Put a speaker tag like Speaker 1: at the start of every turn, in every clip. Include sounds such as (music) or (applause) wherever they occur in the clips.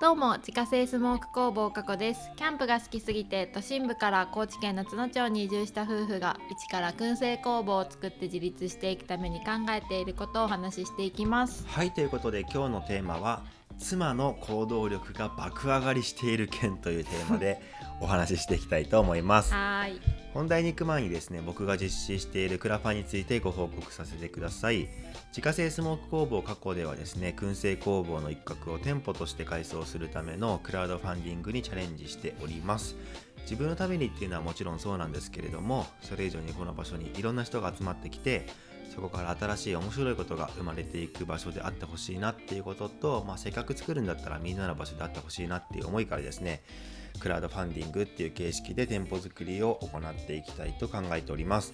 Speaker 1: どうも自家製スモーク工房かこですキャンプが好きすぎて都心部から高知県夏野町に移住した夫婦が一から燻製工房を作って自立していくために考えていることをお話ししていきます
Speaker 2: はいということで今日のテーマは「妻の行動力が爆上がりしている件」というテーマでお話ししていきたいと思います
Speaker 1: はーい
Speaker 2: 本題に行く前にですね僕が実施しているクラファンについてご報告させてください自家製スモーク工房過去ではですね燻製工房の一角を店舗として改装するためのクラウドファンディングにチャレンジしております自分のためにっていうのはもちろんそうなんですけれどもそれ以上にこの場所にいろんな人が集まってきてそこから新しい面白いことが生まれていく場所であってほしいなっていうことと、まあ、せっかく作るんだったらみんなの場所であってほしいなっていう思いからですねクラウドファンディングっていう形式で店舗作りを行っていきたいと考えております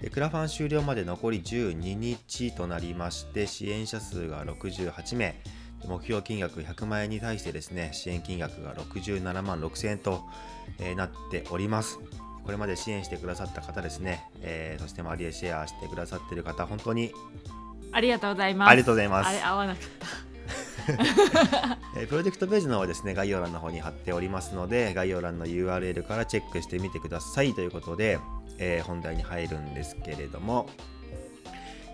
Speaker 2: でクラファン終了まで残り12日となりまして支援者数が68名目標金額100万円に対してですね支援金額が67万6000円と、えーなっておりますこれまで支援してくださった方ですね、えーそして周りへシェアしてくださっている方本当に
Speaker 1: ありがとうございます
Speaker 2: ありがとうございます
Speaker 1: あれ合わなかった
Speaker 2: えープロジェクトページの方はですね、概要欄の方に貼っておりますので、概要欄の URL からチェックしてみてくださいということで、えー本題に入るんですけれども、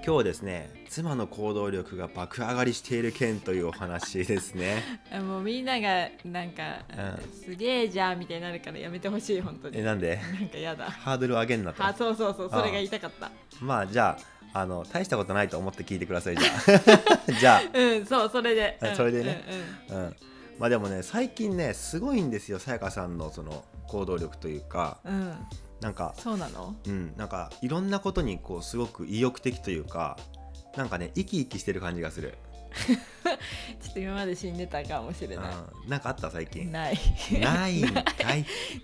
Speaker 2: 今日はですね、妻の行動力が爆上がりしている件というお話ですね。 (laughs)
Speaker 1: あもうみんながなんか、
Speaker 2: うん
Speaker 1: すげえじゃんみたいになるからやめてほしい本当に
Speaker 2: え、なんで
Speaker 1: なんかやだ
Speaker 2: ハードルを上げんなと。
Speaker 1: あそうそうそうそれが言いたかった
Speaker 2: まあ、じゃあ、あの、大したことないと思って聞いてください、じゃ (laughs) あ。じゃ
Speaker 1: うんそうそれで、
Speaker 2: あ
Speaker 1: うん
Speaker 2: それでね
Speaker 1: うんうん
Speaker 2: あ、うん。まあでもね、最近ね、すごいんですよ、さやかさんのその行動力というか、
Speaker 1: うん、
Speaker 2: なんか、
Speaker 1: そうなの
Speaker 2: うん、なんかいろんなことにこうすごく意欲的というかなんかね生き生きしてる感じがする、
Speaker 1: ちょっと今まで死んでたかもしれな
Speaker 2: うん、なんかあった最
Speaker 1: い
Speaker 2: 近
Speaker 1: ない
Speaker 2: ないんか
Speaker 1: (laughs)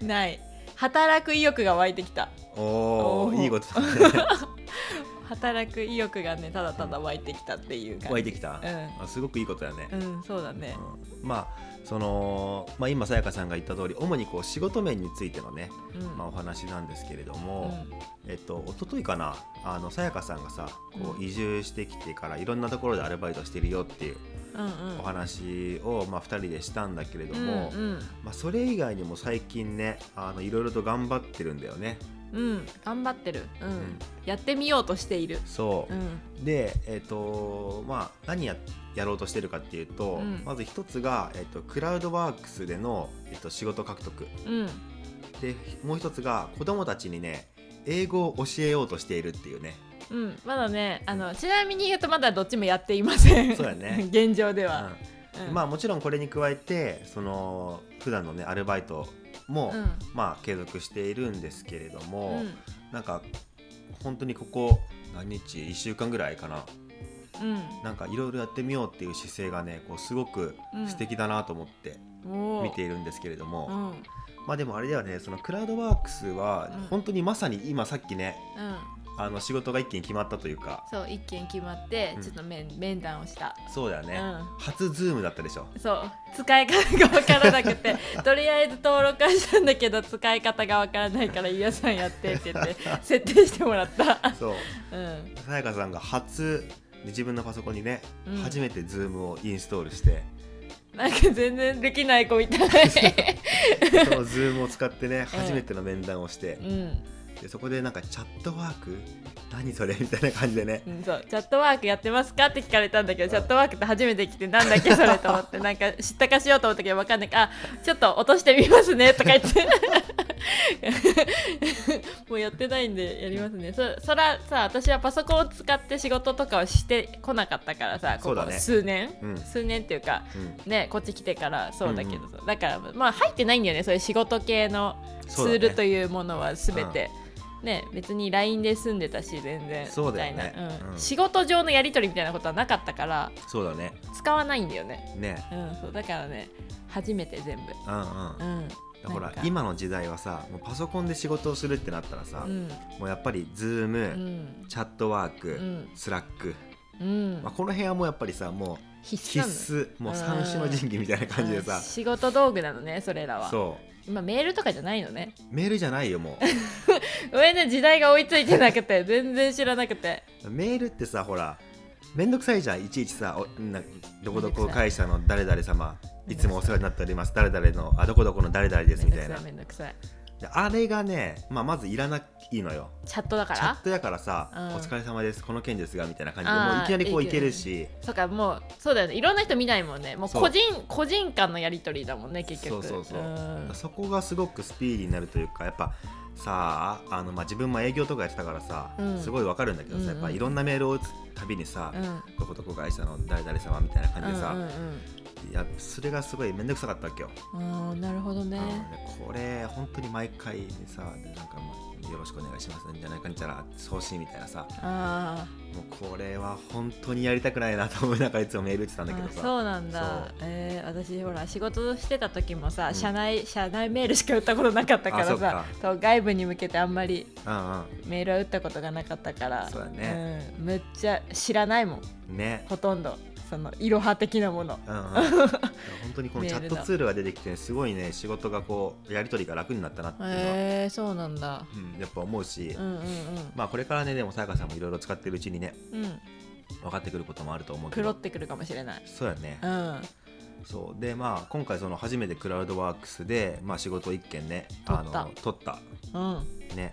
Speaker 2: い
Speaker 1: ない働く意欲が湧いてきた
Speaker 2: お
Speaker 1: お
Speaker 2: お
Speaker 1: ー
Speaker 2: い
Speaker 1: (laughs)
Speaker 2: いことだね
Speaker 1: 働く意欲がねただただ湧いてきたっていう感じ
Speaker 2: 湧いてきた、
Speaker 1: う
Speaker 2: あすごくいいことだね、
Speaker 1: ん、うん、そうだね
Speaker 2: うんまあその、まあ、今さやかさんが言った通り主にこう仕事面についてのね、
Speaker 1: うん、
Speaker 2: まあ、お話なんですけれども、
Speaker 1: うん
Speaker 2: えっと一昨日かなあのさやかさんがさこ
Speaker 1: う
Speaker 2: うん移住してきてからいろんなところでアルバイトしてるよっていう
Speaker 1: うんうん
Speaker 2: お話を、まあ、2人でしたんだけれども、
Speaker 1: うん
Speaker 2: まあ、それ以外にも最近ねあのいろいろと頑張ってるんだよね。
Speaker 1: うん、うん、頑張ってる、うん
Speaker 2: ん
Speaker 1: やってみようとしている
Speaker 2: そう、
Speaker 1: うん
Speaker 2: で、えっとまあ、何ややろうとしてるかっていうと、
Speaker 1: うん
Speaker 2: まず一つが、えっとクラウドワークスでの、えっと仕事獲得
Speaker 1: うん
Speaker 2: でもう一つが子供たちにね英語を教えようとしているっていうね
Speaker 1: うん、まだねあのちなみに言うとまだどっちもやっていません
Speaker 2: そうだね
Speaker 1: (laughs) 現状では、
Speaker 2: うんまあ、もちろんこれに加えてその普段のねアルバイトも、
Speaker 1: うん
Speaker 2: まあ、継続しているんですけれど
Speaker 1: う
Speaker 2: も、
Speaker 1: ん
Speaker 2: なんか本当にここ何日1週間ぐらいかな
Speaker 1: うん
Speaker 2: なんかいろいろやってみようっていう姿勢がねこうすごく
Speaker 1: うん
Speaker 2: 素敵だなと思って
Speaker 1: おー
Speaker 2: 見ているんですけれども、
Speaker 1: うんうん
Speaker 2: まあでもあれだよねそのクラウドワークスは
Speaker 1: うん
Speaker 2: 本当にまさに今さっきねあの仕事が一気に決まったというか
Speaker 1: そう一件決まって
Speaker 2: うん
Speaker 1: ちょっと面,、面談をした、
Speaker 2: そうだよね、
Speaker 1: う
Speaker 2: 初ズームだった
Speaker 1: (laughs)
Speaker 2: でしょ
Speaker 1: ん、そう使い方が分からなくてとりあえず登録はしたんだけど使い方が分からないから飯屋さんやってって言って設定してもらった、
Speaker 2: そう
Speaker 1: うん、
Speaker 2: さやかさんが初自分のパソコンにね、
Speaker 1: うん
Speaker 2: 初めてズームをインストールして
Speaker 1: なんか全然できない子みたい、
Speaker 2: そのズームを使
Speaker 1: (laughs)
Speaker 2: ってね初めての面談をして
Speaker 1: う、ん
Speaker 2: でそこでなんかチャットワーク何それみたいな感じでね
Speaker 1: うん、そうチャットワークやってますかって聞かれたんだけどチャットワークって初めて来てなんだっけそれと思ってなんか知ったかしようと思ったけど分かんないからあちょっと落としてみますねとか言って (laughs) もうやってないんでやりますねそそらさ私はパソコンを使って仕事とかをしてこなかったからさ
Speaker 2: そ
Speaker 1: こ
Speaker 2: うだ
Speaker 1: こ
Speaker 2: ね
Speaker 1: 数年、
Speaker 2: うん
Speaker 1: 数年っていうか
Speaker 2: うん
Speaker 1: ねこっち来てからそうだけどさ、だからまあ入ってないんだよねそういう仕事系のツ
Speaker 2: そうだね
Speaker 1: ールというものは全て。ね、別に LINE で済んでたし全然
Speaker 2: そうだよね
Speaker 1: みたいな、うん
Speaker 2: うん
Speaker 1: 仕事上のやり取りみたいなことはなかったから
Speaker 2: そうだね
Speaker 1: 使わないんだよね、
Speaker 2: ね
Speaker 1: うん、そうだからね初めて全部、
Speaker 2: うんうん、
Speaker 1: うん、
Speaker 2: ほら
Speaker 1: なんか
Speaker 2: 今の時代はさもうパソコンで仕事をするってなったらさ、
Speaker 1: うん
Speaker 2: もうやっぱり Zoom、
Speaker 1: うん
Speaker 2: チャットワーク、
Speaker 1: うん
Speaker 2: スラック、
Speaker 1: うん
Speaker 2: まあ、この辺はもうやっぱりさもう
Speaker 1: 必
Speaker 2: 必
Speaker 1: 須なの
Speaker 2: 須もう三種の神器みたいな感じで
Speaker 1: う
Speaker 2: さ
Speaker 1: ん、仕事道具なのねそれらは
Speaker 2: そ
Speaker 1: 今メールとかじゃないのね
Speaker 2: うメールじゃないよも
Speaker 1: ごめんね時代が追いついてなくて全然知らなくて
Speaker 2: うメールってさほらめんどくさいじゃんいちいちさおなどこどこ会社の誰々様いつもお世話になっております誰々のあどこどこの誰々ですみたいな
Speaker 1: めんどくさいめんどくさい
Speaker 2: であれがね、まあ、まずいらないのよ
Speaker 1: チャットだか
Speaker 2: チャ
Speaker 1: ら
Speaker 2: ットやからさ、
Speaker 1: うん
Speaker 2: お疲れ様ですこの件ですがみたいな感じで
Speaker 1: あー
Speaker 2: もういきなりこう
Speaker 1: い
Speaker 2: い
Speaker 1: いけど
Speaker 2: け
Speaker 1: ね
Speaker 2: るし
Speaker 1: そうかもうそうだよねいろんな人見ないもんねもう
Speaker 2: そう
Speaker 1: 個人個人間のやり取りだもんね結局
Speaker 2: そうそうそう、
Speaker 1: ん
Speaker 2: そこがすごくスピーディーになるというかやっぱさああの、まあ、自分も営業とかやってたからさ、
Speaker 1: うん
Speaker 2: すごいわかるんだけどさ、
Speaker 1: うんうん
Speaker 2: やっぱいろんなメールを打つたびにさ、
Speaker 1: うん
Speaker 2: どこどこ会社の誰々様みたいな感じでさ、
Speaker 1: うんうん
Speaker 2: いやそれがすごい面倒くさかったわけよ、
Speaker 1: うんあーなるほどね
Speaker 2: うんでこれ本当に毎回にさなんかもうよろしくお願いしますんじゃないかんちゃら送信みたいなさ
Speaker 1: あ
Speaker 2: もうこれは本当にやりたくないなと思いながらいつもメール打ってたん
Speaker 1: ー
Speaker 2: だけど
Speaker 1: あ
Speaker 2: さ
Speaker 1: そうなんだ
Speaker 2: そう
Speaker 1: えー私ほら仕事してた時もさ、
Speaker 2: うん
Speaker 1: 社内社内メールしか打ったことなかったから
Speaker 2: あそ
Speaker 1: さ
Speaker 2: うか
Speaker 1: そう外部に向けてあんまり
Speaker 2: うん
Speaker 1: メールは打ったことがなかったから
Speaker 2: そうだね、
Speaker 1: うん、むっちゃ知らないもん
Speaker 2: うんね
Speaker 1: ほとんどそのいろは的なもの
Speaker 2: うんうん、
Speaker 1: (laughs)
Speaker 2: 本当にこのチャ
Speaker 1: メ
Speaker 2: ット
Speaker 1: ールだ
Speaker 2: ツールが出てきて、すごいね仕事がこうやり取りが楽になったなっていうのは、
Speaker 1: へえー、そうなんだ
Speaker 2: うん、やっぱ思うし、
Speaker 1: うんうんうん
Speaker 2: まあこれからねでもさやかさんもいろいろ使ってるうちにね
Speaker 1: うん
Speaker 2: 分かってくることもあると思うけ
Speaker 1: 黒っ
Speaker 2: ど
Speaker 1: てくるかもしれない
Speaker 2: そうやね
Speaker 1: う、ん
Speaker 2: そうでまあ今回その初めてクラウドワークスで、まあ、仕事を1件ね
Speaker 1: 取った
Speaker 2: あの取った
Speaker 1: うん
Speaker 2: ね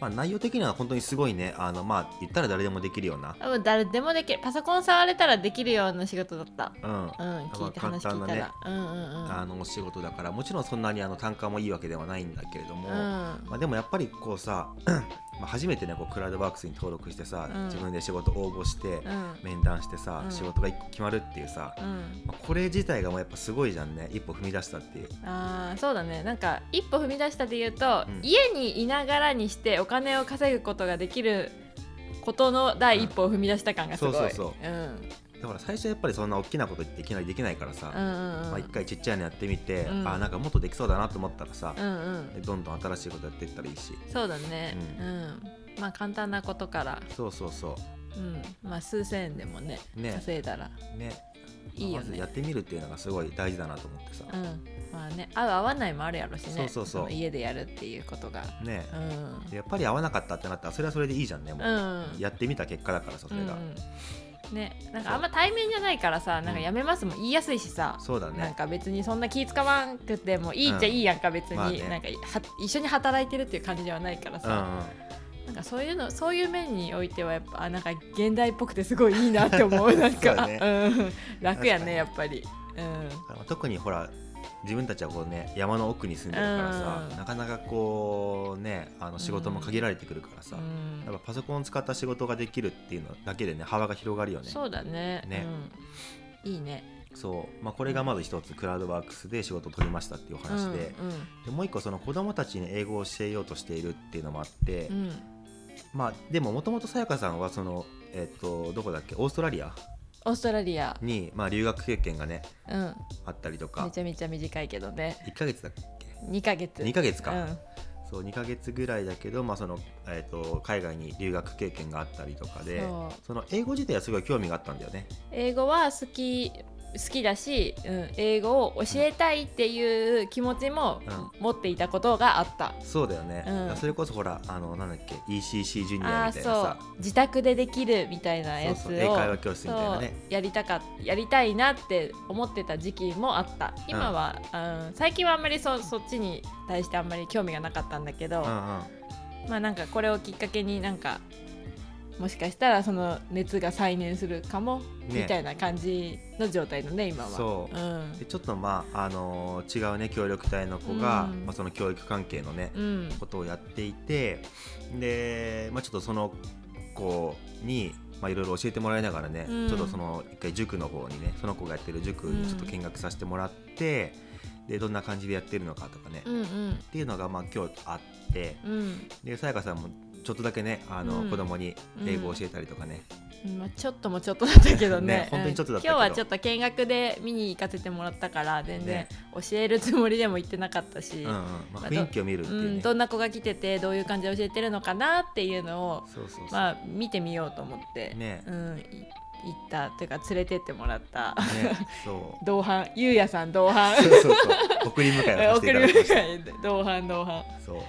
Speaker 2: まあ内容的には本当にすごいねあのまあ言ったら誰でもできるような、
Speaker 1: 多分誰でもできるパソコン触れたらできるような仕事だった
Speaker 2: うん
Speaker 1: うん聞いて
Speaker 2: 簡
Speaker 1: 話
Speaker 2: 単
Speaker 1: 聞
Speaker 2: ないね
Speaker 1: たら、うんうんうん
Speaker 2: あのお仕事だからもちろんそんなにあの単価もいいわけではないんだけれども、
Speaker 1: うん
Speaker 2: まあ、でもやっぱりこうさ (clears throat) まあ初めてねこうクラウドワークスに登録してさ、
Speaker 1: うん
Speaker 2: 自分で仕事応募して、
Speaker 1: うん
Speaker 2: 面談してさ、
Speaker 1: うん
Speaker 2: 仕事が一個決まるっていうさ、
Speaker 1: うん
Speaker 2: まあこれ自体がもうやっぱすごいじゃんね一歩踏み出したっていう
Speaker 1: あーそうだねなんか一歩踏み出したで言うと、
Speaker 2: うん
Speaker 1: 家にいながらにしてお金を稼ぐことができることの第一歩を踏み出した感がすごい、
Speaker 2: うんそうそうそ
Speaker 1: うん、
Speaker 2: だから最初やっぱりそんな大きなことっていきなりできないからさ、
Speaker 1: うんうんうん
Speaker 2: まあ、一回ちっちゃいのやってみて、
Speaker 1: うん
Speaker 2: あーなんかもっとできそうだなと思ったらさ、
Speaker 1: うんうん
Speaker 2: どんどん新しいことやっていったらいいし
Speaker 1: そうだね
Speaker 2: う
Speaker 1: うん、まあ簡単なことから、
Speaker 2: そうそうそ
Speaker 1: うん、まあ数千円でもね
Speaker 2: うね
Speaker 1: 稼いだら
Speaker 2: ね
Speaker 1: いいよ
Speaker 2: まずや
Speaker 1: ね
Speaker 2: ってみるっていうのがすごい大事だなと思ってさ、
Speaker 1: うんまあね合う合わないもあるやろしね
Speaker 2: そうそうそう
Speaker 1: の家でやるっていうことが
Speaker 2: ね
Speaker 1: うん
Speaker 2: でやっぱり合わなかったってなったらそれはそれでいいじゃんねもう、
Speaker 1: うん
Speaker 2: やってみた結果だからさそれが、
Speaker 1: うんうんねなんかあんま対面じゃないからさなんかやめますも言いやすいしさ、
Speaker 2: そうだ
Speaker 1: なん
Speaker 2: ね
Speaker 1: か別にそんな気使わんくてもいいっちゃいいやんか別に、
Speaker 2: まあね
Speaker 1: なんかは一緒に働いてるっていう感じではないから
Speaker 2: うんう
Speaker 1: さ、
Speaker 2: ん
Speaker 1: なんかそういうのそういう面においてはやっぱあなんか現代っぽくてすごいいいなって思うなん
Speaker 2: (laughs) そう
Speaker 1: か
Speaker 2: だね
Speaker 1: うん、楽や
Speaker 2: 確かに
Speaker 1: ねやっぱり。うん
Speaker 2: だから特にほら自分たちはこうね山の奥に住んでるからさ、
Speaker 1: うん
Speaker 2: なかなかこうねあの仕事も限られてくるからさ、
Speaker 1: うん
Speaker 2: やっぱパソコンを使った仕事ができるっていうのだけでね幅が広がるよね
Speaker 1: そうだね
Speaker 2: ね
Speaker 1: うん、いいね
Speaker 2: そう、まあ、これがまず一つクラウドワークスで仕事を取りましたっていうお話で,、で
Speaker 1: うん
Speaker 2: もう一個その子供たちに英語を教えようとしているっていうのもあって、
Speaker 1: うんうん
Speaker 2: まあでももともとさやかさんはそのえっとどこだっけオーストラリア
Speaker 1: オーストラリア、
Speaker 2: に、まあ、留学経験がね
Speaker 1: うん、
Speaker 2: あったりと
Speaker 1: め
Speaker 2: か
Speaker 1: ちゃめちゃ短いけどね
Speaker 2: 1ヶ月だっけ
Speaker 1: 2ヶ月
Speaker 2: 2ヶ月か、
Speaker 1: うん
Speaker 2: そう2ヶ月ぐらいだけど、まあそのえー、と海外に留学経験があったりとかで
Speaker 1: そ
Speaker 2: そうの英語自体はすごい興味があったんだよね。
Speaker 1: 英語は好き好きだし、うん、英語を教えたいっていう気持ちも持っていたことがあった、
Speaker 2: そうだよね、
Speaker 1: うん
Speaker 2: だからそれこそほらあのなんだっけ ECC ジュニ
Speaker 1: あ
Speaker 2: ア
Speaker 1: あ
Speaker 2: みたいなさ
Speaker 1: そう自宅でできるみたいなやつを
Speaker 2: そうそう英会話教室みたいなね
Speaker 1: そうやりたかっやりたいなって思ってた時期もあった今は、うん最近はあんまりそそっちに対してあんまり興味がなかったんだけど、
Speaker 2: うんうん
Speaker 1: まあなんかこれをきっかけになんかもしかしたらその熱が再燃するかも、
Speaker 2: ね
Speaker 1: みたいな感じの状態のね今は。
Speaker 2: そう
Speaker 1: うん
Speaker 2: でちょっとまあ、あのー違うね協力隊の子が、
Speaker 1: うん
Speaker 2: まあ、その教育関係のね、
Speaker 1: うん
Speaker 2: ことをやっていてで、まあ、ちょっとその子に、まあ、いろいろ教えてもらいながらね、
Speaker 1: うん
Speaker 2: ちょっとその一回塾の方にねその子がやってる塾にちょっと見学させてもらって、でどんな感じでやってるのかとかね、
Speaker 1: うんうん
Speaker 2: っていうのがまあ今日あって
Speaker 1: うん
Speaker 2: でさやかさんもちょっとだけねあの、
Speaker 1: うん
Speaker 2: 子供に英語を教えたりとかね、
Speaker 1: まあ、ちょっともちょっとだったけどね
Speaker 2: (laughs) ね本当にちょっとだったけ
Speaker 1: うん
Speaker 2: ど
Speaker 1: 今日はちょっと見学で見に行かせてもらったから全然
Speaker 2: ね
Speaker 1: 教えるつもりでも行ってなかったし、
Speaker 2: うんうんまあ、雰囲気を見るって
Speaker 1: う
Speaker 2: いうんね。
Speaker 1: どんな子が来ててどういう感じで教えてるのかなっていうのを、
Speaker 2: そうそうそう、
Speaker 1: まあ、見てみようと思って、
Speaker 2: ね
Speaker 1: うん、い行ったというか連れてってもらった
Speaker 2: ね、
Speaker 1: (laughs)
Speaker 2: そう
Speaker 1: 同伴ゆうやさん同伴
Speaker 2: そうそうそう送り迎えをさせ
Speaker 1: (laughs) 送
Speaker 2: てい
Speaker 1: り
Speaker 2: ただきました
Speaker 1: 迎え同伴同伴
Speaker 2: そう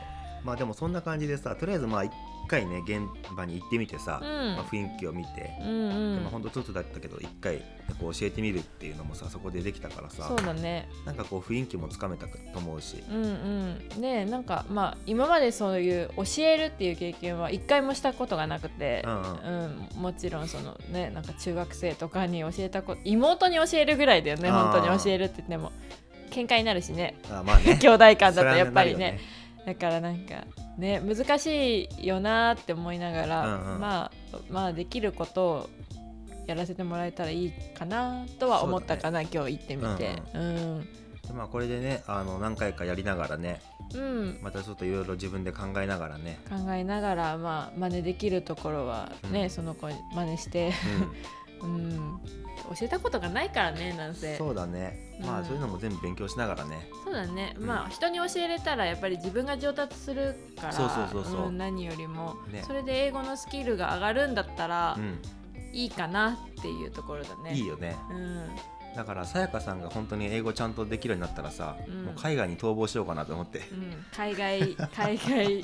Speaker 2: まあでもそんな感じでさとりあえずまあ一回ね現場に行ってみてさ、
Speaker 1: うん
Speaker 2: まあ、雰囲気を見て、
Speaker 1: うんう
Speaker 2: まあ、
Speaker 1: ん
Speaker 2: ほんとちょっとだったけど一回こう教えてみるっていうのもさそこでできたからさ
Speaker 1: そうだね
Speaker 2: なんかこう雰囲気もつかめたと思うし、
Speaker 1: うんうんねなんかまあ今までそういう教えるっていう経験は一回もしたことがなくて
Speaker 2: う、んうん
Speaker 1: うん、もちろんそのねなんか中学生とかに教えたこと妹に教えるぐらいだよね
Speaker 2: あー
Speaker 1: 本当に教えるって言っても喧嘩になるしね (laughs)
Speaker 2: あまあね
Speaker 1: 兄弟間だとやっぱり
Speaker 2: それはなるよ
Speaker 1: ねだからなんかね難しいよなーって思いながら、
Speaker 2: うんうん
Speaker 1: まあまあできることをやらせてもらえたらいいかなとは思ったかな、今日行ってみて、うん
Speaker 2: でまあこれでねあの何回かやりながらね
Speaker 1: うん、
Speaker 2: またちょっといろいろ自分で考えながらね、
Speaker 1: 考えながらまあ真似できるところはね、
Speaker 2: うん
Speaker 1: その子に真似して、 (laughs) うん、教えたことがないからねなん
Speaker 2: うん、
Speaker 1: せ
Speaker 2: そうだね、ま
Speaker 1: う
Speaker 2: あ
Speaker 1: ん
Speaker 2: そういうのも全部勉強しながらね
Speaker 1: そうだね、
Speaker 2: うん
Speaker 1: まあ人に教えれたらやっぱり自分が上達するから
Speaker 2: そうそうそうそうん
Speaker 1: 何よりも、
Speaker 2: ね
Speaker 1: それで英語のスキルが上がるんだったら
Speaker 2: う、ん
Speaker 1: いいかなっていうところだね。
Speaker 2: いいよね
Speaker 1: うん、
Speaker 2: だからさやかさんが本当に英語ちゃんとできるようになったらさ、
Speaker 1: うん
Speaker 2: もう海外に逃亡しようかなと
Speaker 1: (laughs)
Speaker 2: 思って
Speaker 1: うん、海外 (laughs) 海外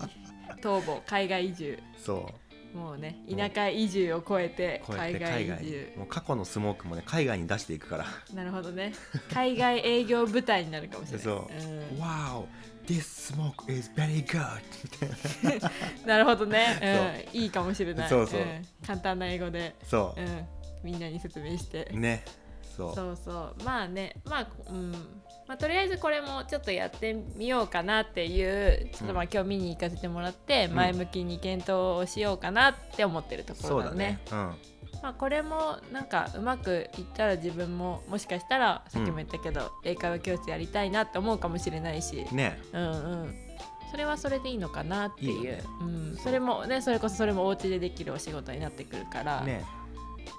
Speaker 1: 逃亡海外移住
Speaker 2: そう
Speaker 1: もうね田舎移住を超えて
Speaker 2: こうやっ
Speaker 1: 海
Speaker 2: て
Speaker 1: 外移
Speaker 2: 海外に
Speaker 1: 住
Speaker 2: もう過去のスモークもね海外に出していくから
Speaker 1: なるほどね海外営業部隊になるかもしれない、
Speaker 2: そう「Wow this smoke is very good」みたいなん
Speaker 1: なるほどね、うん、いいかもしれない
Speaker 2: そうそうん
Speaker 1: 簡単な英語で、
Speaker 2: そ
Speaker 1: うん、みんなに説明して
Speaker 2: うねそう
Speaker 1: そうそうまあねまあ、うんまあ、とりあえずこれもちょっとやってみようかなっていうちょっとまあ
Speaker 2: う
Speaker 1: 今日見に行かせてもらって
Speaker 2: ん
Speaker 1: 前向きに検討をしようかなって思ってるとこ
Speaker 2: そ
Speaker 1: ろ
Speaker 2: う
Speaker 1: だ
Speaker 2: だ
Speaker 1: ね
Speaker 2: ね。うん
Speaker 1: まあ、これもなんかうまくいったら自分ももしかしたらさっきも言ったけど、英会話教室やりたいなって思うかもしれないし、
Speaker 2: ね
Speaker 1: うんうん、それはそれでいいのかなっていう
Speaker 2: いいよね
Speaker 1: うん、それもねそれこそそれもお家でできるお仕事になってくるから、
Speaker 2: ね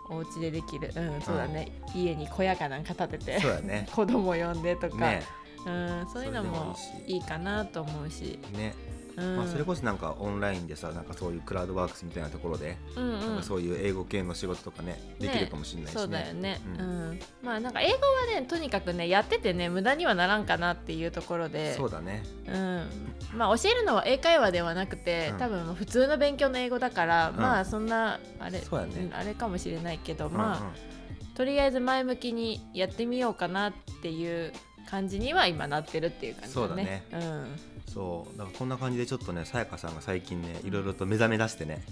Speaker 1: お家でできる、うん、そうだね、家に小屋かなんか建てて
Speaker 2: そうだね
Speaker 1: (laughs) 子供呼んでとか、
Speaker 2: ね
Speaker 1: うん、そういうのも
Speaker 2: それでもい
Speaker 1: い
Speaker 2: いし
Speaker 1: いかなと思うし、
Speaker 2: ね、
Speaker 1: うん
Speaker 2: まあ、それこそなんかオンラインでさなんかそういうクラウドワークスみたいなところで、
Speaker 1: うんうん
Speaker 2: なんかそういう英語系の仕事とかねできるかもしれないしね
Speaker 1: そうだよね、う
Speaker 2: うんん
Speaker 1: まあなんか英語はねとにかくねやっててね無駄にはならんかなっていうところで
Speaker 2: そうだね
Speaker 1: うん、まあ教えるのは英会話ではなくて、
Speaker 2: うん
Speaker 1: 多分普通の勉強の英語だから、
Speaker 2: ん
Speaker 1: まあそんなあれ
Speaker 2: そうやね
Speaker 1: んあれかもしれないけど、
Speaker 2: う
Speaker 1: ま
Speaker 2: ん
Speaker 1: あ
Speaker 2: うん
Speaker 1: とりあえず前向きにやってみようかなっていう感じには今なってるっていう感じだね。
Speaker 2: そうだね
Speaker 1: うん
Speaker 2: そうだからこんな感じでちょっとねさやかさんが最近ねいろいろと目覚め出してね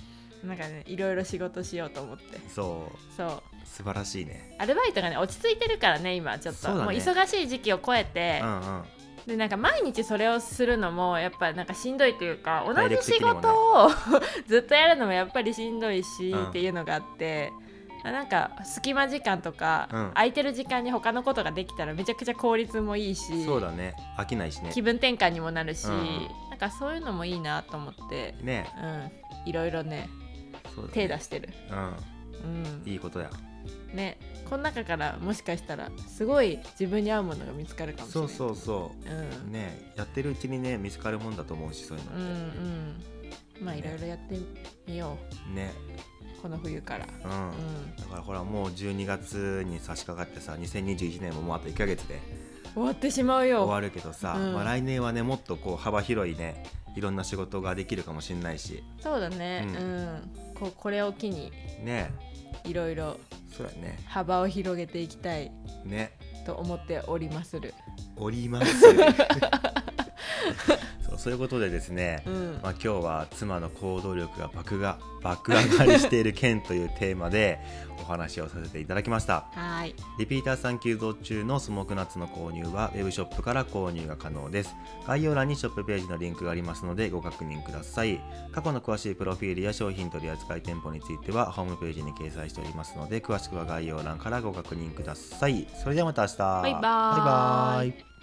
Speaker 1: なんかねいろいろ仕事しようと思って
Speaker 2: そう
Speaker 1: そう
Speaker 2: 素晴らしいね
Speaker 1: アルバイトがね落ち着いてるからね今ちょっと
Speaker 2: そうだね
Speaker 1: もう忙しい時期を超えて
Speaker 2: う、んうん
Speaker 1: でなんか毎日それをするのもやっぱなんかしんどいというか同
Speaker 2: 体
Speaker 1: じ
Speaker 2: 力
Speaker 1: 仕
Speaker 2: 的にもね
Speaker 1: 事を (laughs) ずっとやるのもやっぱりしんどいし、
Speaker 2: うん
Speaker 1: っていうのがあってあなんか隙間時間とか、
Speaker 2: うん
Speaker 1: 空いてる時間に他のことができたらめちゃくちゃ効率もいいし
Speaker 2: そうだね飽きないしね
Speaker 1: 気分転換にもなるし、
Speaker 2: うん
Speaker 1: なんかそういうのもいいなと思って、
Speaker 2: ね
Speaker 1: うん、いろいろね
Speaker 2: そうだね
Speaker 1: 手出してる。うん
Speaker 2: うんいいことや
Speaker 1: ねこの中からもしかしたらすごい自分に合うものが見つかるかもしれ
Speaker 2: そ
Speaker 1: ないう、
Speaker 2: そうそううんねやってるうちにね見つかるもんだと思うしそういう
Speaker 1: うんうんまあ
Speaker 2: ね
Speaker 1: いろいろやってみよ
Speaker 2: のね
Speaker 1: うこの冬から
Speaker 2: うん
Speaker 1: うん
Speaker 2: だからほらもう12月に差し掛かってさ2021年ももうあと1ヶ月で
Speaker 1: 終わってしまうよ
Speaker 2: 終わるけどさ、
Speaker 1: うん
Speaker 2: まあ、来年はねもっとこう幅広いねいろんな仕事ができるかもしれないし
Speaker 1: そうだねう、
Speaker 2: うん
Speaker 1: こうこれを機に
Speaker 2: ね
Speaker 1: いろいろ
Speaker 2: そうやね
Speaker 1: 幅を広げていきたい
Speaker 2: ね
Speaker 1: と思っておりまする
Speaker 2: おります
Speaker 1: (laughs)
Speaker 2: そうそういうことでですね、
Speaker 1: うん
Speaker 2: まあ、今日は妻の行動力が爆が (laughs) 爆上がりしている件というテーマでお話をさせていただきました
Speaker 1: はーい
Speaker 2: リピーターさん急増中のスモークナッツの購入はウェブショップから購入が可能です概要欄にショップページのリンクがありますのでご確認ください過去の詳しいプロフィールや商品取扱店舗についてはホームページに掲載しておりますので詳しくは概要欄からご確認くださいそれではまた明日バ
Speaker 1: バイバーイ
Speaker 2: バイバーイ